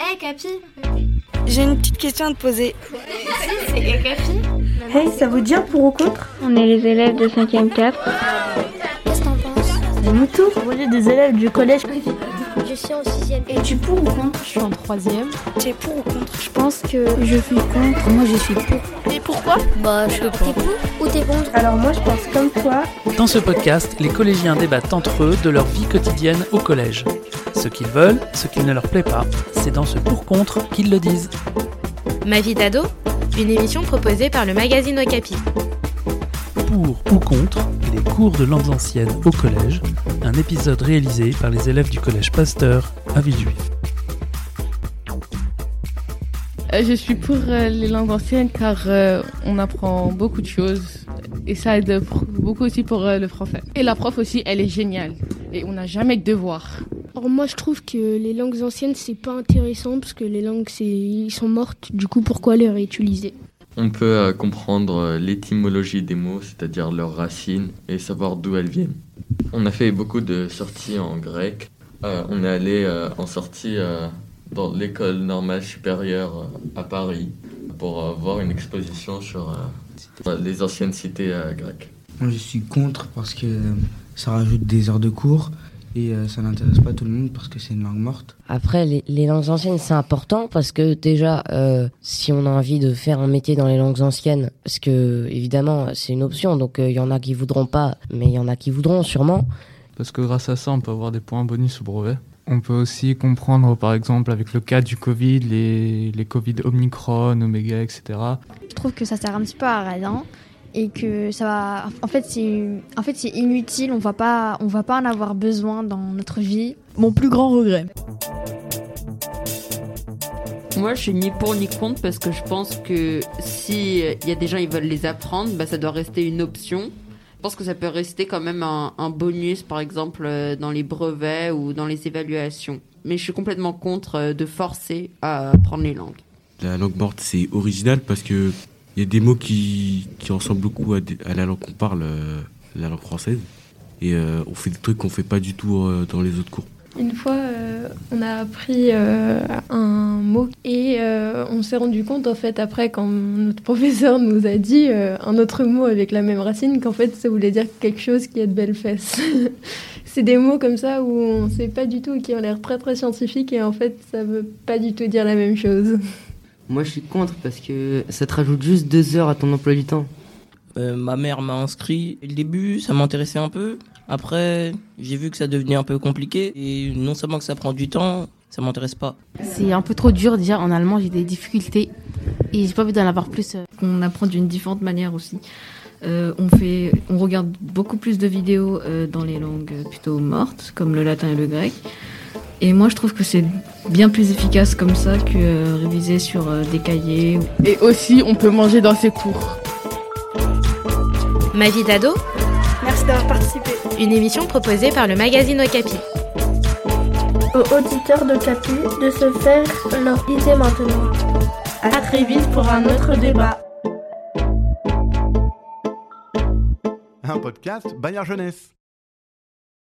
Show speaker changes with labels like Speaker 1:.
Speaker 1: Hey Eh, Capi
Speaker 2: J'ai une petite question à te poser.
Speaker 1: C'est Capi
Speaker 2: Hey, ça veut dire pour ou contre
Speaker 3: On est les élèves de 5e 4.
Speaker 1: Qu'est-ce que t'en penses
Speaker 2: C'est mon tour. des élèves du collège.
Speaker 1: Je suis en 6ème. Et tu pour ou contre
Speaker 4: Je suis en troisième.
Speaker 2: T'es pour ou contre
Speaker 3: Je pense que je suis contre. Moi, je suis pour.
Speaker 4: Et pourquoi
Speaker 3: Bah, je sais pas.
Speaker 1: T'es pour ou t'es contre
Speaker 2: Alors moi, je pense comme toi.
Speaker 5: Dans ce podcast, les collégiens débattent entre eux de leur vie quotidienne au collège. Ce qu'ils veulent, ce qui ne leur plaît pas, c'est dans ce pour-contre qu'ils le disent.
Speaker 6: Ma vie d'ado, une émission proposée par le magazine Okapi.
Speaker 5: Pour ou contre, les cours de langues anciennes au collège, un épisode réalisé par les élèves du collège Pasteur à Villejuif.
Speaker 7: Euh, Je suis pour euh, les langues anciennes car euh, on apprend beaucoup de choses et ça aide pour- beaucoup aussi pour euh, le français. Et la prof aussi, elle est géniale et on n'a jamais de devoirs.
Speaker 8: Or moi je trouve que les langues anciennes c'est pas intéressant parce que les langues c'est ils sont mortes du coup pourquoi les réutiliser
Speaker 9: On peut euh, comprendre euh, l'étymologie des mots, c'est-à-dire leurs racines, et savoir d'où elles viennent. On a fait beaucoup de sorties en grec. Euh, on est allé euh, en sortie euh, dans l'école normale supérieure euh, à Paris pour euh, voir une exposition sur euh, les anciennes cités euh, grecques.
Speaker 10: Moi, je suis contre parce que ça rajoute des heures de cours et euh, ça n'intéresse pas tout le monde parce que c'est une langue morte.
Speaker 11: Après, les, les langues anciennes, c'est important parce que déjà, euh, si on a envie de faire un métier dans les langues anciennes, parce que évidemment, c'est une option, donc euh, il y en a qui voudront pas, mais il y en a qui voudront sûrement.
Speaker 12: parce que grâce à ça, on peut avoir des points bonus au brevet. On peut aussi comprendre, par exemple, avec le cas du Covid, les, les Covid Omicron, Oméga, etc.
Speaker 13: Je trouve que ça sert un petit peu à rien et que ça va. En fait, c'est en fait c'est inutile. On va pas on va pas en avoir besoin dans notre vie.
Speaker 14: Mon plus grand regret.
Speaker 15: Moi, je suis ni pour ni contre parce que je pense que si euh, il y a des gens ils veulent les apprendre, bah ça doit rester une option. Je pense que ça peut rester quand même un, un bonus, par exemple euh, dans les brevets ou dans les évaluations. Mais je suis complètement contre euh, de forcer à apprendre les langues.
Speaker 16: La langue morte, c'est original parce que il y a des mots qui, qui ressemblent beaucoup à, des- à la langue qu'on parle, euh, la langue française. Et euh, on fait des trucs qu'on fait pas du tout euh, dans les autres cours.
Speaker 17: Une fois, euh, on a appris euh, un mot et euh, on s'est rendu compte, en fait, après, quand notre professeur nous a dit euh, un autre mot avec la même racine, qu'en fait, ça voulait dire quelque chose qui a de belles fesses. C'est des mots comme ça où on ne sait pas du tout, qui ont l'air très très scientifiques et en fait, ça veut pas du tout dire la même chose.
Speaker 18: Moi, je suis contre parce que Euh, ça te rajoute juste deux heures à ton emploi du temps.
Speaker 19: Euh, ma mère m'a inscrit. Au début, ça m'intéressait un peu. Après, j'ai vu que ça devenait un peu compliqué. Et non seulement que ça prend du temps, ça m'intéresse pas.
Speaker 4: C'est un peu trop dur déjà en allemand, j'ai des difficultés et j'ai pas envie d'en avoir plus. euh.
Speaker 20: qu'on apprend d'une différente manière aussi. Euh, on, fait, on regarde beaucoup plus de vidéos euh, dans les langues plutôt mortes, comme le latin et le grec. Et moi, je trouve que c'est bien plus efficace comme ça que euh, réviser sur euh, des cahiers.
Speaker 7: Et aussi, on peut manger dans ses cours.
Speaker 6: Ma vie d'ado,
Speaker 2: Merci d'avoir participé.
Speaker 6: une émission proposée par le magazine Okapi.
Speaker 4: aux auditeurs de Capu de se faire leur idée maintenant.
Speaker 2: À très vite pour un autre débat.
Speaker 1: Un podcast Bayard Jeunesse.